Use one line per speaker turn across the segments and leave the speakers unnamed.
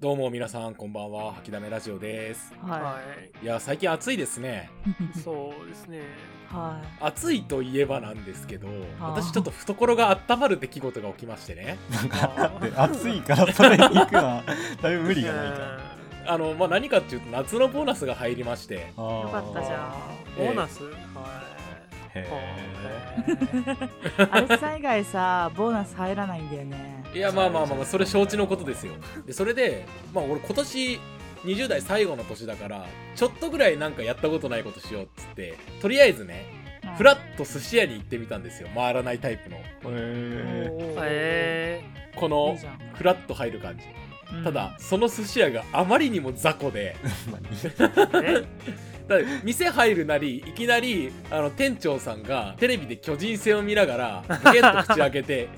どうも皆さんこんばんは吐きだめラジオです
はい
や最近暑いですね
い。
い。そうですね。
は
暑いといえばなんですけど
あー
私ちょっと懐が温まる出来事が起きまして ね
なん
あ
か
ー
で暑いからそれに行くのはだいぶ無理がないか
ね
あの、まあ、何かっていうと夏のボーナスが入りまして
あ ー
よかったじゃん
ボーナスは
へ
い。
え
い。アレクさん以外さ、ボーナス入らないんだよね。
いやまあまあまあまあそれ承知のことですよでそれでまあ俺今年20代最後の年だからちょっとぐらいなんかやったことないことしようっつってとりあえずねフラッと寿司屋に行ってみたんですよ回らないタイプの
へ
おー
え
こ
い
の
いじゃん
フラッと入る感じ
ー
ただ、その寿司屋があまりにも雑魚で
うんね
だから店入るなりいきなりあの店長さんがテレビで巨人戦を見ながらポケッと口開け て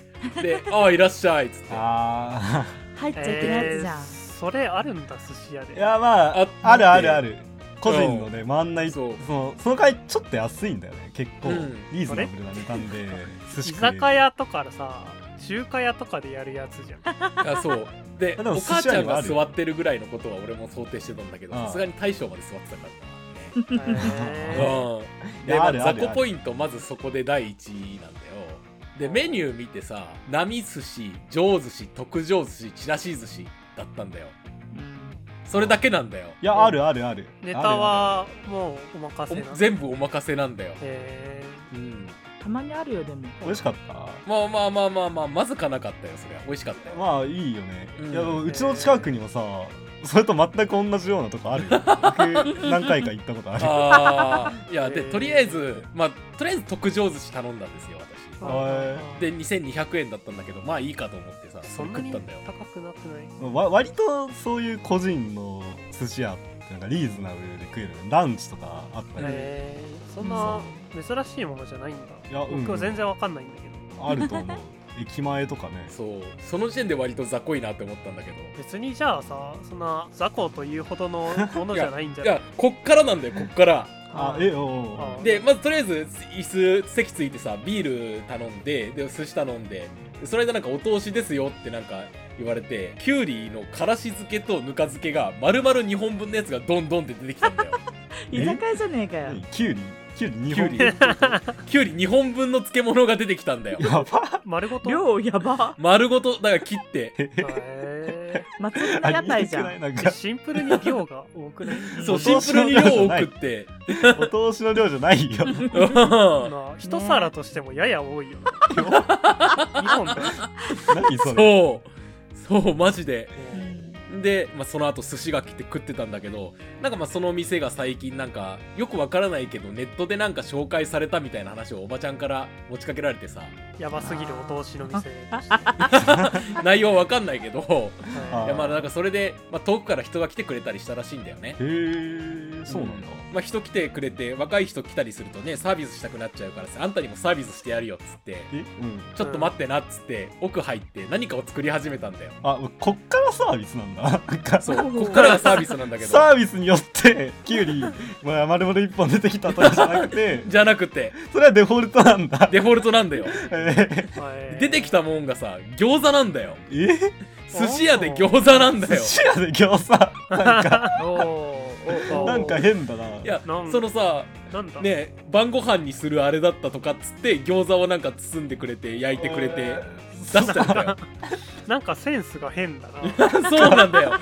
で「ああいらっしゃい」っつってあ
あ
入っちゃいけないやつじゃん
えー。それあるんだ寿司屋で
ーいやまあ
あ
あるあるある個人のね回んない
そ
そうのその回ちょっと安いんだよね結構
うん
リーズナブルな値段で寿
居
食える
酒屋とかさ中華屋とかでやるやつじゃん
そうで
でも
お
寿
母
司
ち
屋
ゃ
に
ん
も
が
あるよ
座ってるぐらいのことは俺も想定してたんだけど
ああ
さすがに大将まで座ってたからね
へ
うん
い
で
や
ま
あ
あ
るあ
雑
る
魚ポイントまずそこで第一なんだよでメニュー見てさ波寿司上寿司特上寿司ちらし寿司だったんだよそれだけなんだよ
いやあるあるある
ーネタはもうお任
お
せなんだ
全部お任せなんだよ、
へ
うん、
たまにあるよ、でも。
あるよ美味しかった
まあまあまあまあまあまずかなかったよそれは美味しか ったよ、
まあいいよね
うん
いやでもうちの近くにもさそれと全く同じようなとこあるよ僕何回か行ったことある
あーいやで
えー
とりあえずまあとりあえず特上寿司頼んだんですよ
ー
私
あへ
で2200円だったんだけどまあいいかと思ってさ
そ
そ
ん
れ食っ
なに
たんだよ
高くなってない
わ割とそういう個人の寿司屋ってなんかリーズナブルで食えるねランチとかあったり、
へーそんな珍しいものじゃないんだ
いやうん
僕は全然わかんないんだけど
あると思う駅前とかね
そうその時点で割と雑魚いなって思ったんだけど
別にじゃあさそんな雑魚というほどのものじゃないんじゃ
い
ない
やこっからなんだよこっから
あ
はい
えおうおう
あ
でまずとりあえず椅子席ついてさビール頼んでで寿司頼んででその間なんかお通しですよってなんか言われてきゅうりのからし漬けとぬか漬けが丸々2本分のやつがどんどんって出てきたんだよ
居酒屋じゃねえかよ
何。キュウリキュウ
きゅう
リ
り
2
きゅうり2本分の漬物が出てきたん だよ
本やば
丸ごと
量やば。
丸ごとだから切って
へ
祭りの屋台じゃ
あい
ん。
いくないなん
ー
か
シンプルに量が多くない
そう
お通
シン
し
プルに量を送って
お通しの量じゃないよ
うん
まあ一皿としてもやや多いよね。2本だよ。
何それ
そうそうマジで
うん
で、まあ、その後寿司が来て食ってたんだけどなんかまあその店が最近なんかよくわからないけどネットでなんか紹介されたみたいな話をおばちゃんから持ちかけられてさ
やばすぎるお通しの店でした。
内容わかんないけど
あ
いやまあなんかそれで、まあ、遠くから人が来てくれたりしたらしいんだよね
へえそうなんだ、
まあ人来てくれて若い人来たりするとねサービスしたくなっちゃうからさあんたにもサービスしてやるよっつって
えうん
ちょっと待ってなっつって奥入って何かを作り始めたんだよ
あこっからサービスなんだなんか
そうこっからがサービスなんだけど
サービスによってキュウリまあ丸々1本出てきたとかじゃなくて
じゃなくて
それはデフォルトなんだ
デフォルトなんだよ
え
はい
出てきたもんがさ餃子なんだよ
ーえ
寿司屋で餃子なんだ
寿
よ
司屋で餃子なんか
おーおー
なんか変だない
や
なん
そのさ
なんだ
ね晩ご飯にするあれだったとかっつって餃子をなんか包んでくれて焼いてくれて出したんだよ
なんかセンスが変だな。
そうなんだよ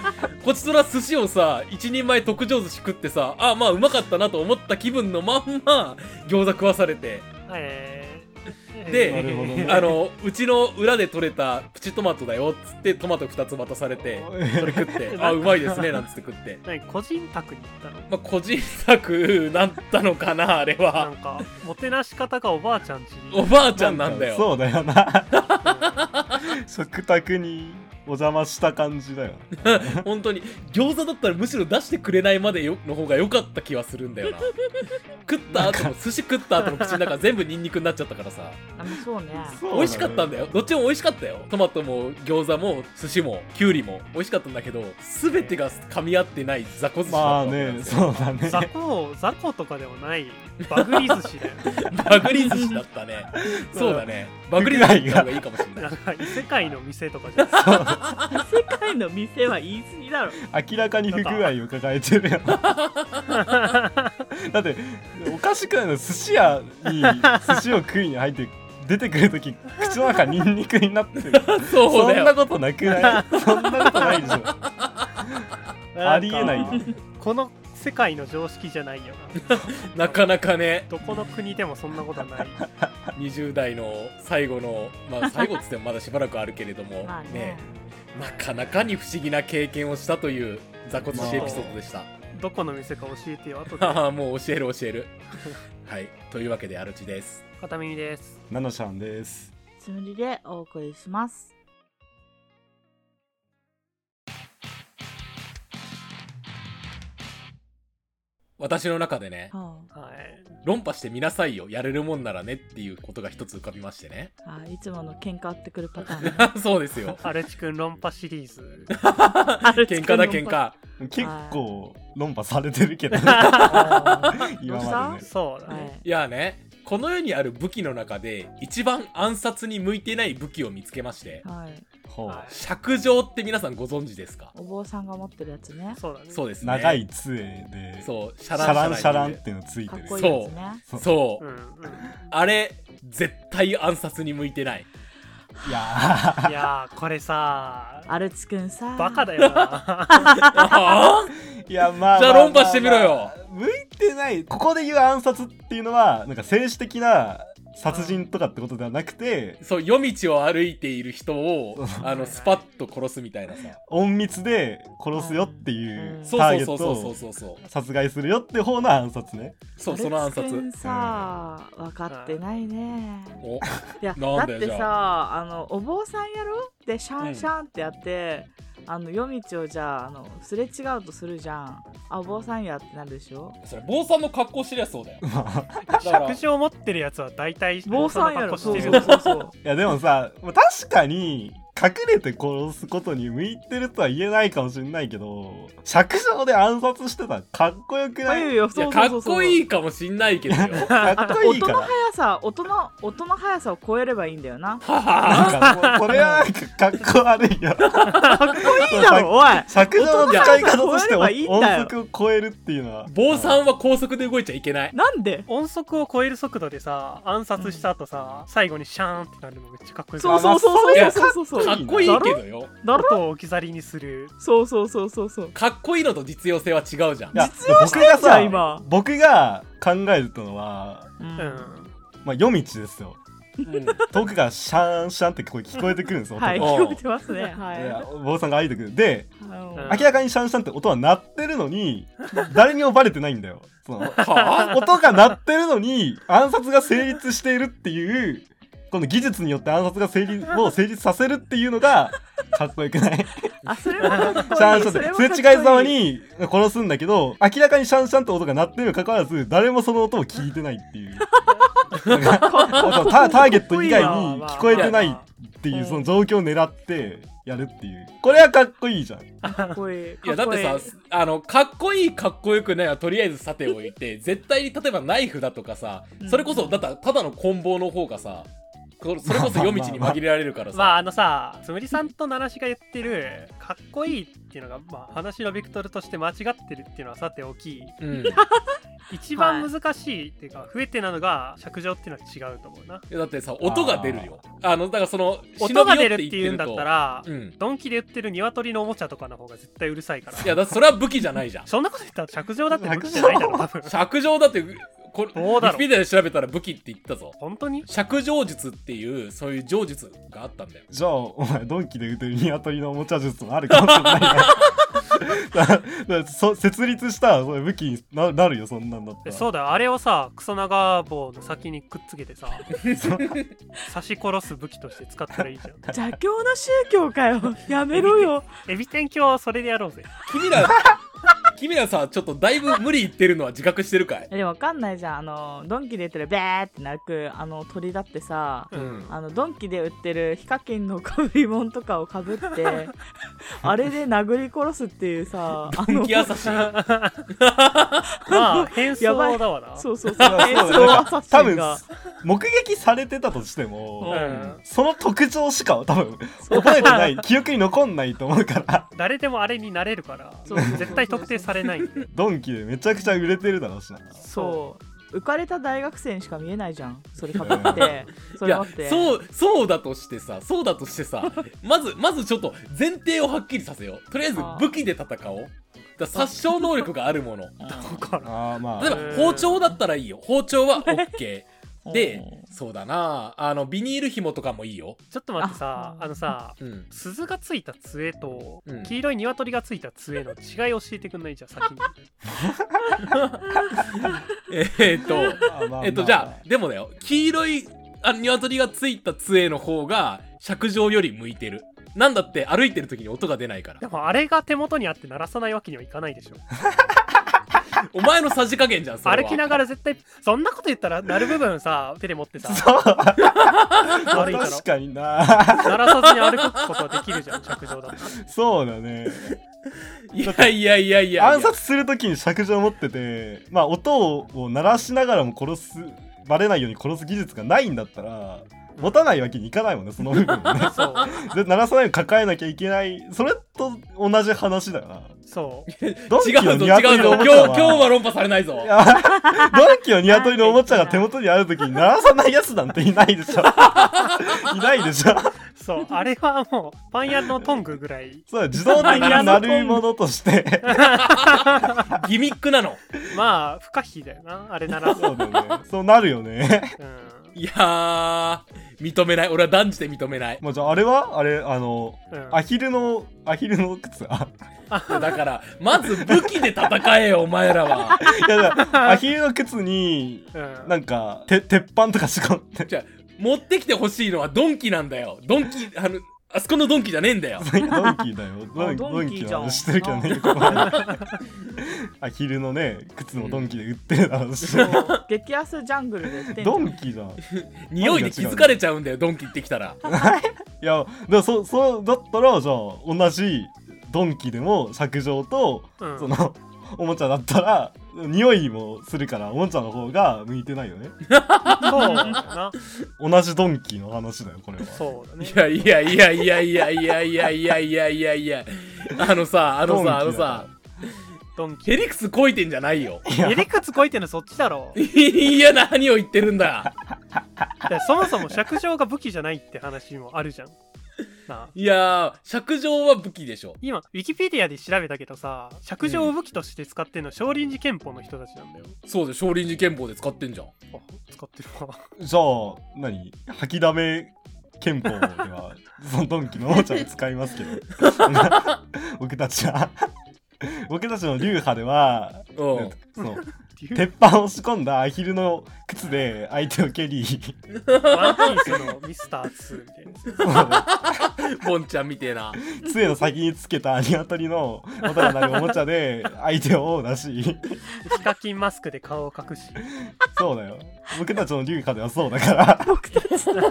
こっちとら寿司をさ一人前特上寿司食ってさあまあうまかったなと思った気分のまんま餃子食わされて
えー
で
なるほどね
あのうちの裏で採れたプチトマトだよっつってトマト2つ渡されてそれ食ってあうまいですねなんつって食って
何個人宅に行ったの
まあ個人作だったのかなあれ
な
は
んかもてなし方がおばあちゃんち
おばあちゃんなんだよ
そうだよ な食卓にお邪魔した感じだよ
本当に餃子だったらむしろ出してくれないまでよの方が良かった気はするんだよな食った後も寿司食った後の口の中全部ニンニクになっちゃったからさ
あ、もうそうね。
そうだね
美味しかったんだよどっちも美味しかったよトマトも餃子も寿司もきゅうりも美味しかったんだけど全てが噛み合ってない雑魚寿司だった
ま
わ
あ
けなん
ね
ですよ
そうだね
雑魚雑魚とかではないバグり寿司だよ
バグリ寿司だったねそうだねバグリ寿司行った方がいいかもしれない
なんか異世界の店とかじゃん。
世界の店は言い過ぎだろ。
明らかに不具合を抱えてるやんだっておかしくないの寿司屋に寿司を食いに入って出てくるとき口の中ニンニクになってる
そう
そ
だ
んな
よ。
ことなく ないそんなことないでしょありえないよ
んかこの世界の常識じゃないよな
なかなかね、
どこの国でもそんなことはない
20代の最後の、まあ最後っつってもまだしばらくあるけれども、
まあ
ね
ね。、
なかなかに不思議な経験をしたという雑魚寿司エピソードで した。
どこの店か教えてよ後 で
ああ、もう教える教える。はい。というわけで、アルチです。
片耳です
ナノシャンです
つむりでお送りします。
私の中でね、
は
はい
論破してみなさいよ、やれるもんならねっていうことが一つ浮かびましてね。
あ、あいつもの喧嘩売ってくるパターン。
そうですよ。
アルチ君論破シリーズ
喧嘩だ喧 嘩。
結構論破されてるけど今までね
そうだ
は
ね、
い。
いやね、この世にある武器の中で、一番暗殺に向いてない武器を見つけまして、
はい。
ほ
は
う
尺状って皆さんご存知ですか
お坊さんが持ってるやつね。
そうだね
そうですね。
長い杖でシ
そう、シャ
ャ
ラ
ラ
ン
ン
シ
シ
ャ
ャ
ラ
ラ
ンっ。
ンってていうのつい
か
て
っ
る
こいいやつね。
そうう、
んうん
あれ、絶対暗殺に向いて ない。
いや
いやーこれさ
アルツくんさ。
バカだよな
ああ
ーいやまあ
じゃあ
まま
論破してみろよ
向いてないここで言う暗殺っていうのはなんか政治的な殺人とかってことではなくて
そう、夜道を歩いている人を、あの、
はい
スパッと殺すみたいなさ。
隠密で殺すよっていううんタ
そう
ーゲッ
そう
ト
そうそう
を
そうそう。
殺害するよって方の暗殺ね
そう、その暗
アルツく
殺
ん。さ、分かってないね。
お、
いや、
な
だ
ん
っ
だよ
て
じ
さ、あの、お坊さんやろで、シャンシャンってやって、あの、夜道をじゃあ、あの、すれ違うとするじゃん。あ、お坊さんやってなるでしょ
それ、坊さんの格好してりゃそうだよ。
まあ
だから
尺、状持ってるやつは大体
坊さんや
その格好
ろ。
し
そう
て
そ
る
うそうそう。
いやでもさまあ確かに隠れて殺すことに向いてるとは言えないかもしれないけど尺上で暗殺してたらかっこよく
あ
ないい
やいや
い
そ
や、
うそう
かっ
そうそう
こいいかもしんないけどよ。
かっこいいから
速さ音の音の速さを超えればいいんだよなかっ
なんかもうこれはなんかかっこ悪いよ
こいいだろおい
尺上の使い方として
音の速さを超えればいいんだよ
音速を超えるっていうのは
坊さんは高速で動いちゃいけない。
なんで
音速を超える速度でさ暗殺した後さ、最後にシャーンってなるのめっちゃかっこいいか
そ
ら
うそうそう
い
そ
や
うそうそうそう
かっこいいけどよ。
だろ
音を置き去りにする
そうそうそうそうそう
かっこいいのと実用性は違うじゃん
い。や
実用してんじゃん
僕がさ
今
僕が考えたのは、
う
うんん、
まあ、夜道ですよ
うん
遠くからシャーンシャーンって声聞こえてくるんですよ、
はい
音
お
聞こえてますねは
が
い
いやお坊さんが歩いてくるで
うん
あ
明らかにシャンシャンって音は鳴ってるのに誰にもバレてないんだよその
はあ
音が鳴ってるのに暗殺が成立しているっていうこの技術によって暗殺が成 立を成立させるっていうのがかっこよく ないシ
あそれもかっこいい
ャンシャン
それも
っ
かっこ
てすれ違いざまに殺すんだけど明らかにシャンシャンって音が鳴ってるにもかかわらず誰もその音を聞いてないっていうなん かあとタターゲット以外に聞こえてないっていうその状況を狙ってやるっていうこれはかっこいいじゃん
かっこいい
いやだってさ
かこいい
あのかっこいいかっこよくないはとりあえずさておいて絶対に例えばナイフだとかさそれこそだったらただの棍棒の方がさこそれこそ夜道に紛れられるから
まあ
さ
あのさつむりさんとならしが言ってるかっこいいっていうのが、まあ、話のベクトルとして間違ってるっていうのはさておき
うん、
一番難しいっていうか、不得手なのが尺状っていうのは違うと思うな
だって さ音が出るよあのだからその
音が出る
忍
っ
び
て
寄
いうんだっ
言
たら、
てるとうん
ドンキで売ってる鶏のおもちゃとかの方が絶対うるさいから
いやだってそれは武器じゃないじゃん
そんなこと言ったら尺状だって武器じゃないだろ多分
尺上だってこれウ
どうだ
ィ
ろ
キペ
う
ディアで調べたら武器って言ったぞ
本当に
尺上術っていうそういう上術があったんだよ
じゃあお前ドンキで売ってるニワトリのおもちゃ術もあるかもしれない なだからそ設立したそれ武器にななるよそんなんだった
え
ら
そうだよあれをさクソ長棒の先にくっつけてさ刺し殺す武器として使ったらいいじゃん
邪教な宗教かよやめろよ
エビ天教はそれでやろうぜ
君ら君らさちょっとだいぶ無理言ってるのは自覚してる かい
えでもわかんないじゃんあのドンキで売ってるベーって鳴くあの鳥だってさ
うん
あのドンキで売ってるヒカキンの被り物とかをかぶって あれで殴り殺すっていうさあ
本
の
気優しい
まあ変
やば
装
い
だわな
そうそうそ
そううだね
演奏アサ
多
シン
分
が
目撃されてたとしても、
うん
その特徴しか多分覚えてない記憶に残んないと思うから
誰でもあれになれるから
そうそうそう
絶対特定されないん で
ドンキでめちゃくちゃ売れてるだろうしな
そう浮かれた大学生にしか見えないじゃんそれかぶってそ
い
れ
や
持って
そうそうだとしてさそうだとしてさまずまずちょっと前提をはっきりさせようとりあえず
あー
武器で戦おうだから殺傷能力があるもの
だから
ああま
例え
あ
ば
へー
包丁だったらいいよ包丁は OK
うん
でそうだなあのビニール紐とかもいいよ
ちょっと待ってさ
あ
あのさ
うん
鈴がついた杖と
うん
黄色い鶏がついた杖の違い教えてくんないじゃん先に
えーっと
まあまあ
えっとじゃあでもだよ黄色いあ鶏がついた杖の方が尺状より向いてるなんだって歩いてる時に音が出ないから
でもあれが手元にあって鳴らさないわけにはいかないでしょ
お前のさじ加減じゃんそれは
歩きながら絶対そんなこと言ったら鳴る部分さ手で持ってさ
そう
歩いたら
確かにな
鳴らさずに歩くことはできるじゃん着状だと
そうだね
いやいやいやいやいや
暗殺するときに尺状持っててまあ音を鳴らしながらも殺すバレないように殺す技術がないんだったら持たないわけにいかないもんねその部分 をね
そう
で鳴らさないように抱えなきゃいけないそれと同じ話だよな
そう
ドンキ
違う
の
ぞ
ニワト
違
リ
う
の
ぞ
お
今
も
日
ちゃ
今
は
日は論破されないぞ
いや ドンキのニワトリのおもちゃが手元にあるときに鳴らさないやつなんていないで しょいないでしょ
そうあれはもうパン屋のトングぐらい
そう自動的に鳴るものと して
ギミックなの
まあ不可避だよなあれ鳴らす
そうだよねそうなるよね
うん
いやー認めない俺は断じて認めない
まあじゃああれはあれあの
うん
アヒルのアヒルの靴 あ
だからまず武器で戦えよお前らはい
やだからアヒルの靴に
うん
なんかて鉄板とか仕込んで
じゃあ持ってきてほしいのはドンキなんだよドンキあのあそこのドンキじゃねえんだよ
ドンキだよドン
ド
ド
ン
ン
キ
キ
じゃん
の話してるけどねここアヒルのね靴もドンキで売ってるだろうし
そう激安ジャングルで売ってんじゃ
ド
ん
ンキじゃん
匂いで気づかれちゃうんだよドンキ行ってきたら
いやでもそそうだったらじゃあ同じドンキでも削除と、
うん
そのおもちゃだったら匂いもするからおもちゃの方が向いてないよね
そうだよな
同じドンキの話だよこれは
そうだね
いやいやいやいやいやいやいやいやいやいやいやあのさあのさあの
ドンキだから
さ
ドンキ
ヘリクスこいてんじゃないよ
エリクツこいてんのそっちだろ
いや何を言ってるんだ
だからそもそも尺状が武器じゃないって話もあるじゃんなあ
いやー尺状は武器でしょ
今ウィキペディアで調べたけどさ尺状を武器として使ってるの少林寺拳法の人たちなんだよ
そうだよ少林寺拳法で使ってんじゃん
あ使ってるわ
じゃあ何吐きだめ憲法では そのドンキのおもちゃを使いますけど 僕たちは 僕たちの流派では、
うん
その 鉄板を仕込んだアヒルの靴で相手を蹴り
ワンピースのミスター2みたいなやつ
ボンちゃんみてえな。
杖の先につけたニワトリの音が鳴るおもちゃで相手を出し
ヒカキンマスクで顔を隠し
そうだよ僕たちの流派ではそうだから
僕たちの
僕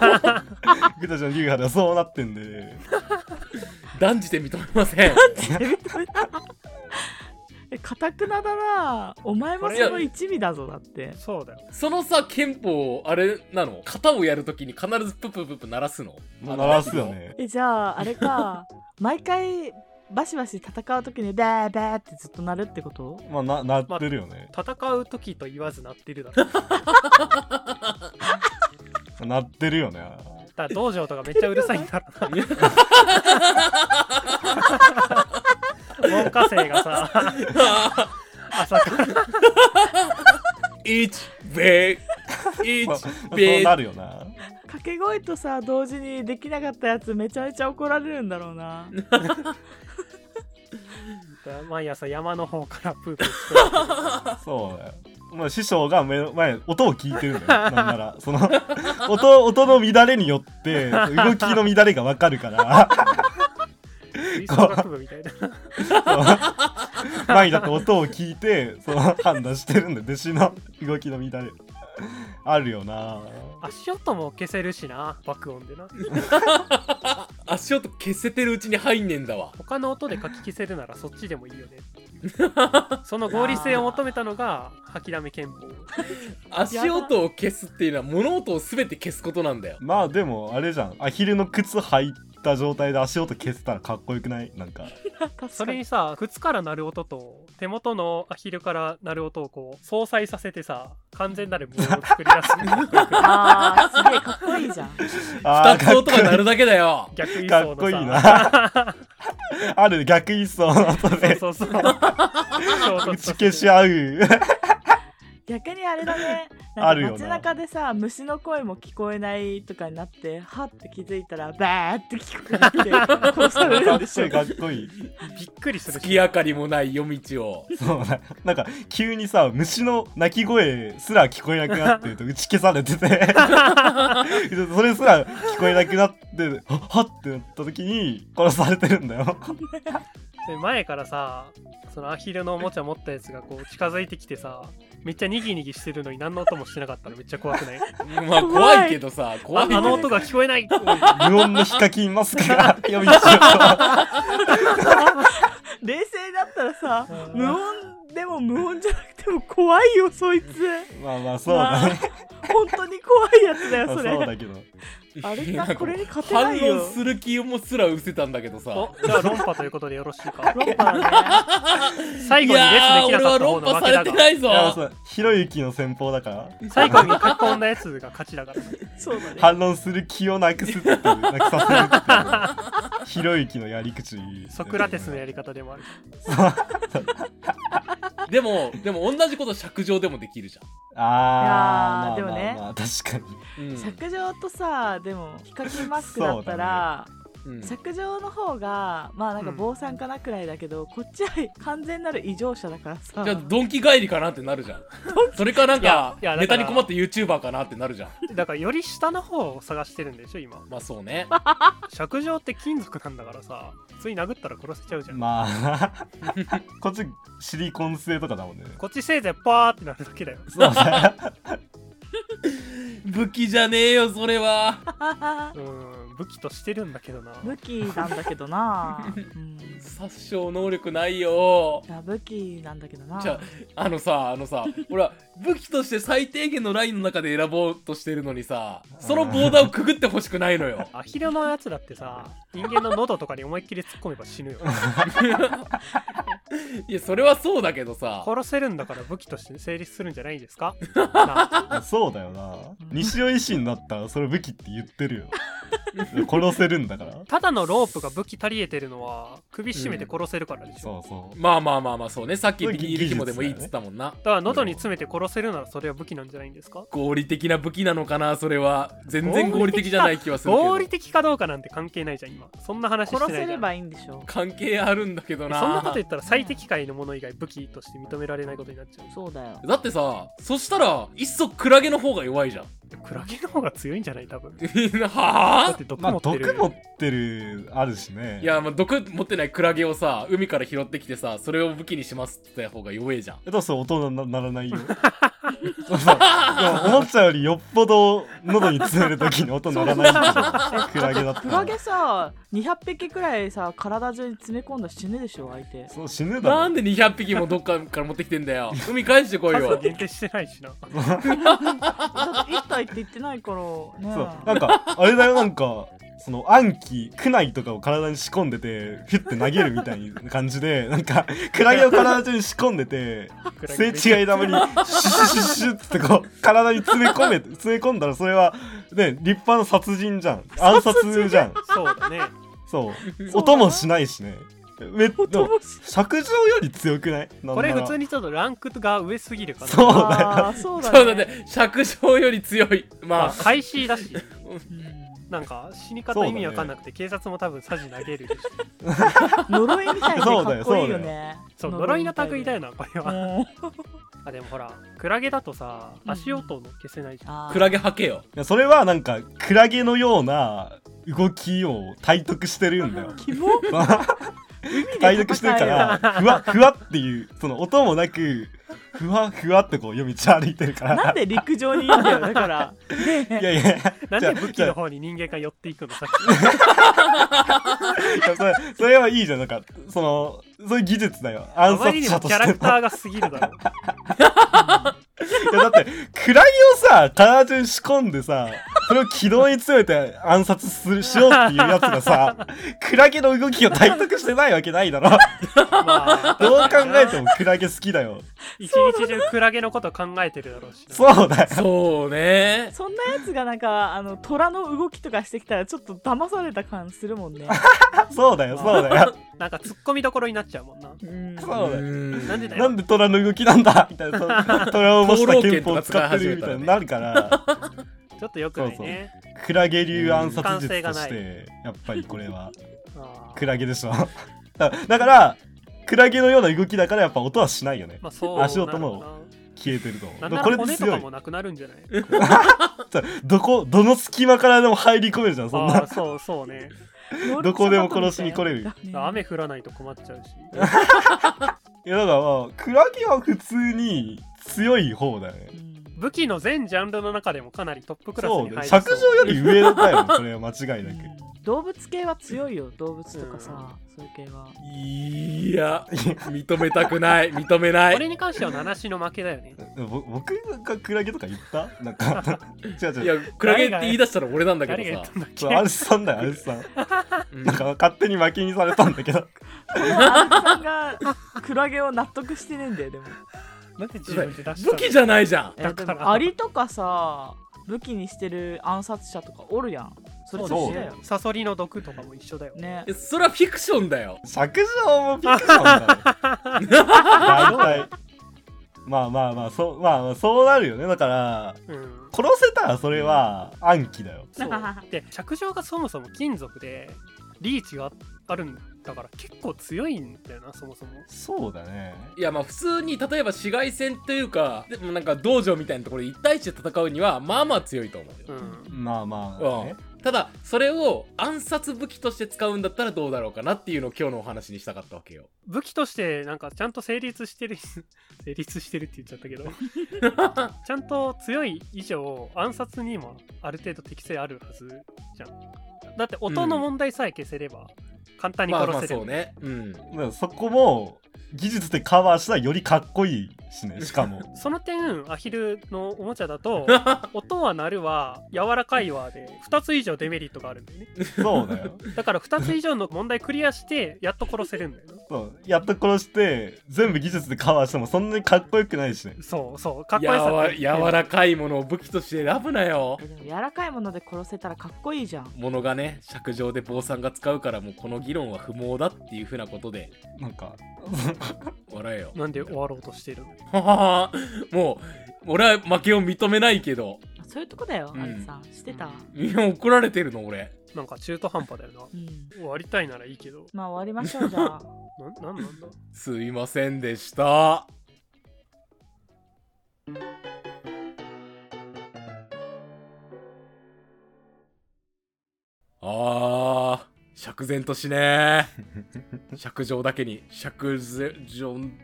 たちの流派ではそうなってんで
断じて認めません。
えかたくなだなお前もその一味だぞだって
そうだよ
そのさ、憲法、あれなの型をやるときに必ずププププ鳴らすの
鳴らすよ。ね
えじゃああれ か毎回バシバシ戦う時にベーベーってずっと鳴るってこと
まあな鳴ってるよね、
戦う時と言わずなってるだろだか
鳴ってるよね
ら道場とかめっちゃうるさいんだろうな文科生がさ朝から
一、べ、一
まあ、そう
べ、
なるよな
掛け声とさ同時にできなかったやつめちゃめちゃ怒られるんだろうな
毎朝山の方からプープーして
そうだよまあ師匠が目の前音を聞いて るんだよなんならその 音音の乱れによって動きの乱れがわかるから
吹奏楽部みたいな
そう前に立って音を聞いてその判断してるんで弟子の動きの乱れあるよな
足音も消せるしな爆音でな
足音消せてるうちに入んねんだわ
他の音でかき消せるならそっちでもいいよねっていう その合理性を求めたのが吐きだめ憲法
足音を消すっていうのは物音を全て消すことなんだよ
まあでもあれじゃんアヒルの靴履いた状態で足音消せたらかっこよくないなんか
それにさ靴から鳴る音と手元のアヒルから鳴る音をこう相殺させてさ完全なる無音を作り出す
あーすげえかっこいい じゃん
あ
二
ー
つ音が鳴るだけだよ
逆輸
かっ
送
こいい
のさ
な ある逆一層の音で
そうそうそう衝突
打
と
ち
して
消し合う
逆にあれだね
あ
な
る
ん
よ
か
な
街中でさ虫の声も聞こえないとかになってはって気づいたらバーって聞こえ てきて殺される
か
ん
っ
でし
こい
ょ
いかっこいい
びっくりする
月明かりもない夜道を
そうな なんか急にさ虫の鳴き声すら聞こえなくなってると打ち消されてて それすら聞こえなくなってははってなった時に殺されてるんだよ
で前からさそのアヒルのおもちゃ持ったやつがこう近づいてきてさめっちゃニギニギしてるのに何の音もしてなかったらめっちゃ怖くない
まあ怖いけどさ怖
あ
いけ
あ
ど
の音が聞こ えない
無音のヒカキンマスクが夜道を
冷静だったらさ
うん
無音でも無音じゃなくても怖いよそいつ
まあまあそうだね、
本当に怖いやつだよ
まあ、
そ
そう
れ
だけど
あれ
なん
さ
か
これに勝てな
反
いよ
論する気もすら失せたんだけどさ
おじゃあ論破ということでよろ しいか
論破だね
最後に列でき
いやー
な
俺
かっ
は
た方
論
の
破
負
さ
けだ
れて
が
ないぞ
い やまあそうひろゆきの戦法だから
最後に囲んだやつが勝ちだから
そうだね
反論する気をなくすっていうなくさせるっていうひろゆきのやり口
ソクラテスのやり方でもある
でもでも同じこと尺上でもできるじ
い
あー
やー
まあまあ
でもね
まあ確かに
ゃん、うん
削除とさでもヒカキンマスクだったら
うん
削除の方がまあなんか防散かなくらいだけど、こっちは完全なる異常者だからさ
じゃあドンキ帰りかなってなるじゃんそれかなん
いや
か
いやだから
ネタに困った YouTuber かなってなるじゃん
だからより下の方を探してるんでしょ今
まあそうね
尺状って金属なんだからさ普通に殴ったら殺せちゃうじゃん、
ま あこっちシリコン製とかだもんね
こっちせいぜいパーってなるだけだよ
そうね
武器じゃねえよそれは
うん武器としてるんだけどな
武器なんだけどな、うん、い
殺傷能力ないよ
や武器なんだけどな
じゃああのさあのさ俺は武器として最低限のラインの中で選ぼうとしてるのにさそのボーダーをくぐってほしくないのよ
アヒルのやつだってさ人間の喉とかに思いっきり突っ込めば死 ぬよ
いやそれはそうだけどさ
殺せるんだから武器として成立するんじゃないです かな
そうだよな西尾維新だったらそれ武器って言ってるよ殺せるんだから
ただのロープが武器足りえてるのは首絞めて殺せるからでしょ、
そうそう
まあまあまあまあそうねさっきビニール紐でもいいっつったもんな
だから喉に詰めて殺せるならそれは武器なんじゃないんですか
合理的な武器なのかなそれは全然合理的じゃない気はするけど
合理的かどうかなんて関係ないじゃん今そんな話してない
殺
じゃん
せればいいんでしょ
関係あるんだけどな
そんなこと言ったら最適解のもの以外武器として認められないことになっちゃう
そうだよ
だってさそしたらいっそクラゲの方が弱いじゃん
クラゲの方が強いんじゃない多分だ
は
っ
あ
て毒
まあ
持ってる、
毒持ってるあるしね
いやまあ毒持ってないクラゲをさ海から拾ってきてさそれを武器にしますって言った方が弱いじゃん
どうせ大人にならないよ そうそうでも思ったよりよっぽど喉に詰める時に音鳴らないんだ よクラゲだったら
クラゲさ200匹くらいさ体中に詰め込んだら死ぬでしょ相手
そう死 ぬだろ
なんで200匹もどっかから持ってきてんだよ海返してこい
数
よ
限定してないしな
だって1体って言ってないからね
そうなんかあれだよなんかその暗記苦内とかを体に仕込んでてヒュッて投げるみたいな感じでなんかクラゲを体中に仕込んでて
クラ
すれ
ゲ
違い玉にシュシュシュシュってこう体に詰め込め詰め込んだらそれはね立派な殺人じゃん暗殺じゃん
そうだね
そう
そう
音もしないしねめっ
音もし
尺上より強くないなん
これ
なら
普通にちょっとランクが上すぎるかな
そうだよ
あーそうだ
そ
ね
うだね尺上より強い
ま
ま
あ開始だし
うん
なんか死に方意味わかんなくて、警察も多分サジ投げるし
呪いみたいでかっこいいよね
そう呪いの類だよ
ね
なこれはあでもほらクラゲだとさ足音の消せないじゃん、
あクラゲはけよ
あそれはなんかクラゲのような動きを体得してるんだよ
キモ
解読してるからふわふわっていうその音もなくふわふわってこう夜道歩いてるから
なんで陸上にいるんだよだから
いやいや
なん
じゃ
で
あ
武器
じゃ
の
あ
方に人間が寄っていくのさっ
いやそれそれはいいじゃんなんかそのそういう技術だ
き。
よ
あ
暗
ま
殺
りに
者
も
と
キャ
して
ラ
の
クターが過ぎるだろ。
いやだって位をさ体中に仕込んでさそれを軌道に詰めて暗殺するしようっていうやつがさクラゲの動きを体得してないわけないだろ
まあ、
どう考えてもクラゲ好きだよ
一日中クラゲのこと考えてるだろうしな。
そうだよ
そうね
そんなやつがなんかあの虎の動きとかしてきたらちょっと騙された感するもんね、
そうだよそうだよ
なんか突っ込みどころになっちゃうもんな。
うん、
そうだよ
ん
なんでだよ
なんで虎の動きなんだみたい なそう虎を模した
登録
憲
権と
法を
か使
使
い
って
始め
るみ
た
た
ら
い
ね
になるから
ちょっとよくないね。
クラゲ流暗
うん
殺術と
感
し
性
てやっぱりこれは
あー
クラゲでしょだだからクラゲのような動きだからやっぱ音はしないよね
まあそう
足音も
なのか
消えてると
な。
で
なん
も
なら
これ
骨と
強
か
い
もなくなるんじゃない
どこどの隙間からでも入り込めるじゃ んそん
あ
な
あ、そうそうね。
どこでも殺しに来れる
雨降らないと困っちゃうし。
いやだからまあクラゲは普通に強い方だよね
武器の全ジャンルの中でもかなりトップクラス
そう
に入
ね
る。
尺上より上だよねそれは間違いなく
動物系は強いよ動物とかさ、そういう系はい
や認めたくない認めな
これ
い
に関しては七しの負けだよね。
ぼ僕がクラゲとか言ったなんか違う
い
違う
やクラゲって言い出したら俺なんだけ
誰が
ど
言っ
さ
たんだっけ
そうアルスさんだよアルスさん
うん
なんか勝手に負けにされたんだけど
でもアルさんがクラゲを納得してねえんだよでも
なんで自分で出したの
武器じゃないじゃん
えーで
だから
もアリとかさ武器にしてる暗殺者とかおるやんそれと一緒だよ
サソリの毒とかも一緒だよ。
ね
えそれはフィクションだよ
尺上もピクションだよ大体まあまあまあそうまあまあそうなるよねだから
うん。
殺せたらそれは暗記だよ
そう。で、着上がそもそも金属で、リーチがあるんだから結構強いんだよな、そもそも。
そうだね
いやまあ普通に例えば紫外線というかでもなんか道場みたいなところで1対1で戦うにはまあまあ強いと思うよ
うん。
まあまあ、ね、
ただそれを暗殺武器として使うんだったらどうだろうかなっていうのを今日のお話にしたかったわけよ
武器として、なんかちゃんと成立して る、成立してるって言っちゃったけど、 ちゃんと強い以上、暗殺にもある程度適性あるはずじゃん。だって音の問題さえ消せれば、簡単に
まあまあ
殺せ
そ
る
う。ねうん
だからそこも技術でカバーしたらよりかっこいいしねしか も
その点アヒルのおもちゃ だと音は鳴るは柔らかいわで2つ以上デメリットがあるんだよね
そうだよ
だから2つ以上の問題クリアしてやっと殺せるんだよな
そうやっと殺して全部技術でカバーしてもそんなにかっこよくないしね
そうそうかっこよ
や
さ
わ
って
柔らかいものを武器として選ぶなよ
えでも柔らかいもので殺せたらかっこいいじゃん
ものがね尺上で坊さんが使うからもうこの議論は不毛だっていうふうなことで
なんか
笑えよ
なんで終わろうとしてるの
はははもう俺は負けを認めないけど
そういうとこだよ、
うん
アルさんしてた、
いや怒られてるの俺
なんか中途半端だよな
うん、
終わりたいならいいけど
まあ終わりましょうじゃあ
なんなんなんだ
すいませんでしたあー釈然としね え釈上だけに釈然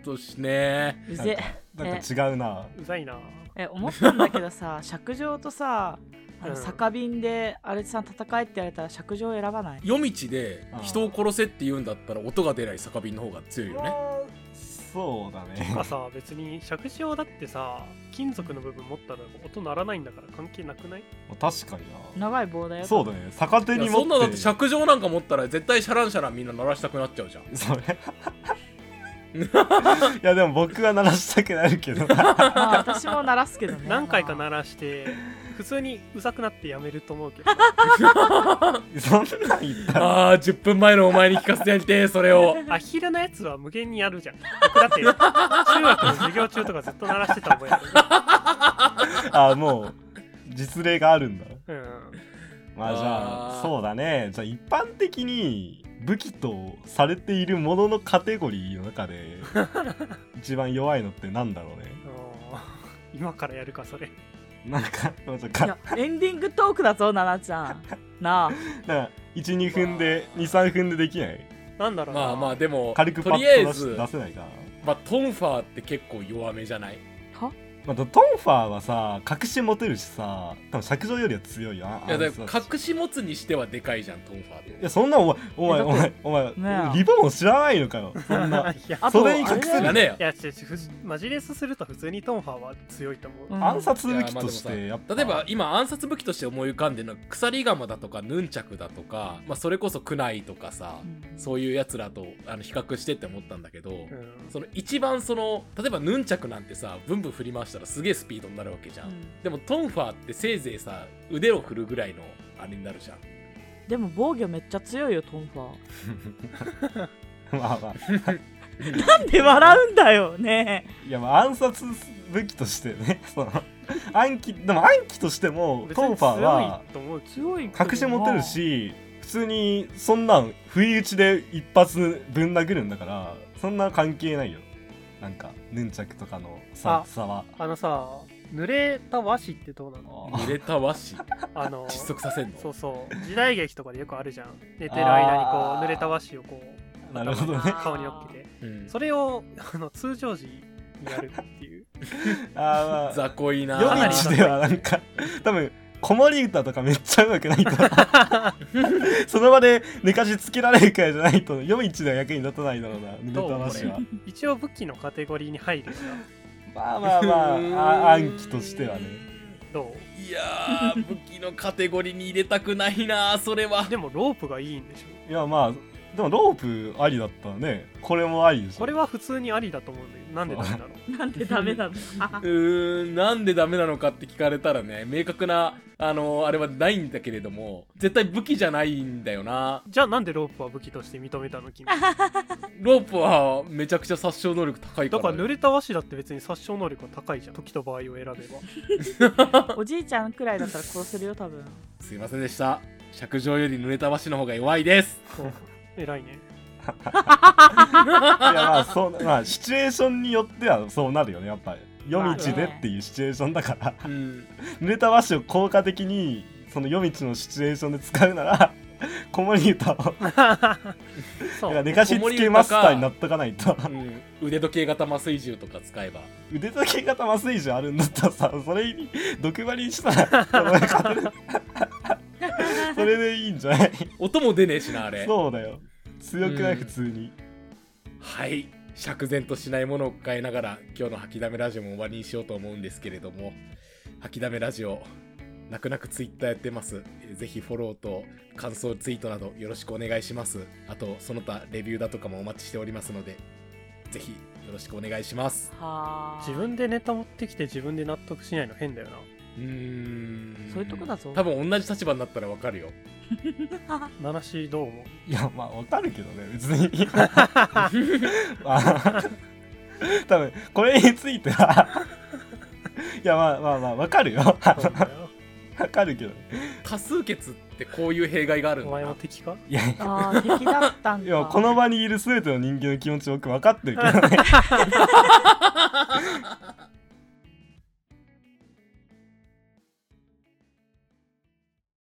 としね
うぜ
なんか違うな
うざいな
え思ったんだけどさ尺上とさあ
うん
の酒瓶でアルさん戦えって言われたら尺上選ばない
え夜道で人を殺せって言うんだったら音が出ない酒瓶の方が強いよね
そうだね
まあさ別に尺子だってさ金属の部分持ったら音鳴らないんだから関係なくない
確かに
長い棒だよ
なそうだね逆手
い
に
や
持って
そんなだって釈上なんか持ったら絶対シャランシャランみんな鳴らしたくなっちゃう じゃん
それ いやでも僕は鳴らしたくなるけ ど
まあ私も鳴らすけ どね
何回か
まあ
鳴らして普通にうざくなってやめると思うけどな
そんなん言ったら
ああ10分前のお前に聞かせてやりてえそれを
アヒルのやつは無限にやるじゃん。僕だって、中学の授業中とかずっと鳴らしてた覚えあ
あもう実例があるんだ
る。
まあじゃ
あー
あそうだねじゃあ一般的に武器とされているもののカテゴリーの 中で一番弱いのってなんだろうね
うん。おー今からやるか、それ。
なんかなんか
いやエンディング トークだぞナナちゃんなあ
なんか12分で23分でできない
なんだろうな
まあまあでも
軽く
と
パッと
りあえ
出し
ず、
出せないかな。
まあ、トンファーって結構弱めじゃない
まあ、トンファーはさ隠し持てるしさ多分尺上よりは強いよあ
いや
あ
だ
れ
か
さ
ら隠し持つにしてはでかいじゃんトンファーって
いやそんなお前お前お前お前
ねえ
リボンを知らないのかよそ んない
や
あと
それに隠
知
せ
ら
る
ねえよ
いや違う違うふじマジレスすると普通にトンファーは強いと思
うん
う、
暗殺
いや
武
まあ
器として
で
や
も
っ
さ
ぱ
例えば今暗殺武器として思い浮かんでるのは鎖鎌だとかヌンチャクだとか、まあ、それこそクナイとかさ
うん
そういうやつらとあの比較してって思ったんだけど、
うん
その一番その例えばヌンチャクなんてさブンブン振り回したらすげえスピードになるわけじゃん、
うん
でもトンファーってせいぜいさ腕を振るぐらいのあれになるじゃん
でも防御めっちゃ強いよトンファ
まあまあ
ーなんで笑うんだよね
いやまあ暗殺武器としてねその暗記でも暗記としても
別
トン
に
ファーは
強いと思うけど
強いけどな
隠し持てるし普通にそんなん不意打ちで一発ぶん殴るんだからそんな関係ないよなんかヌンチャクとかのさ
あ
差は
あのさ濡れた和紙ってどうなの
濡れた和紙
あの
窒息させんの
そうそう時代劇とかでよくあるじゃん寝てる間にこ
あ
う
ー
濡れた和紙をこう
なるほどね
頭に顔に乗っけて
うん
それをあの通常時にやるっていう
あーまあ
雑魚いな
かな
夜
り
道ではなんか多分子守歌とかめっちゃうまくないと その場で寝かしつけられるからじゃないと夜道では役に立たないだろうな濡れた
どう
和紙は
一応武器のカテゴリーに入るよ
まあまあまああ暗記としてはね
ど
いやー武器のカテゴリーに入れたくないなそれは
うでもロープがいいんでしょ
いやまあでもロープありだったらねこれもありでしょ
これは普通にありだと思うんだけどなんでなんだろう
なんでダメな の
うーんなんでダメなのかって聞かれたらね明確なあのあれはないんだけれども絶対武器じゃないんだよな
じゃあなんでロープは武器として認めたの君だ
ロープはめちゃくちゃ殺傷能力高いから
から濡れた和紙だって別に殺傷能力は高いじゃん時と場合を選べば
おじいちゃんくらいだったら殺せるよ多分
すいませんでした尺上より濡れた橋の方が弱いです
そう偉いね
いやまあそうまあシチュエーションによってはそうなるよねやっぱり夜道でっていうシチュエーションだから、
うん
濡れた和紙を効果的にその夜道のシチュエーションで使うなら 子守歌をだか
そ
ら
う
寝かしつけマスターになっとかないと
うん、 腕時計型麻酔銃とか使えば
腕時計型麻酔銃あるんだったらさそれに毒針したらこの勝てるそれでいいんじゃない
音も出ねえしなあれ
そうだよ強くない、
うん
普通に
はい釈然としないものを抱えながら今日の吐きだめラジオも終わりにしようと思うんですけれども吐きだめラジオ泣く泣くツイッターやってますえーぜひフォローと感想ツイートなどよろしくお願いしますあとその他レビューだとかもお待ちしておりますのでぜひよろしくお願いします
はあ
自分でネタ持ってきて自分で納得しないの変だよ
うーん
そういうとこだぞ
多分同じ立場になったらわかるよ
な話どう思う
いやまあわかるけどね別にあ多分これについてはいやまあまあまあわかるよ
そうだよ
わかるけど
多数決ってこういう弊害があるん
お
だ
前
な
も敵か
いやい
あー敵 だったんだ
やこの場にいる全ての人間の気持ち僕わかってるけどね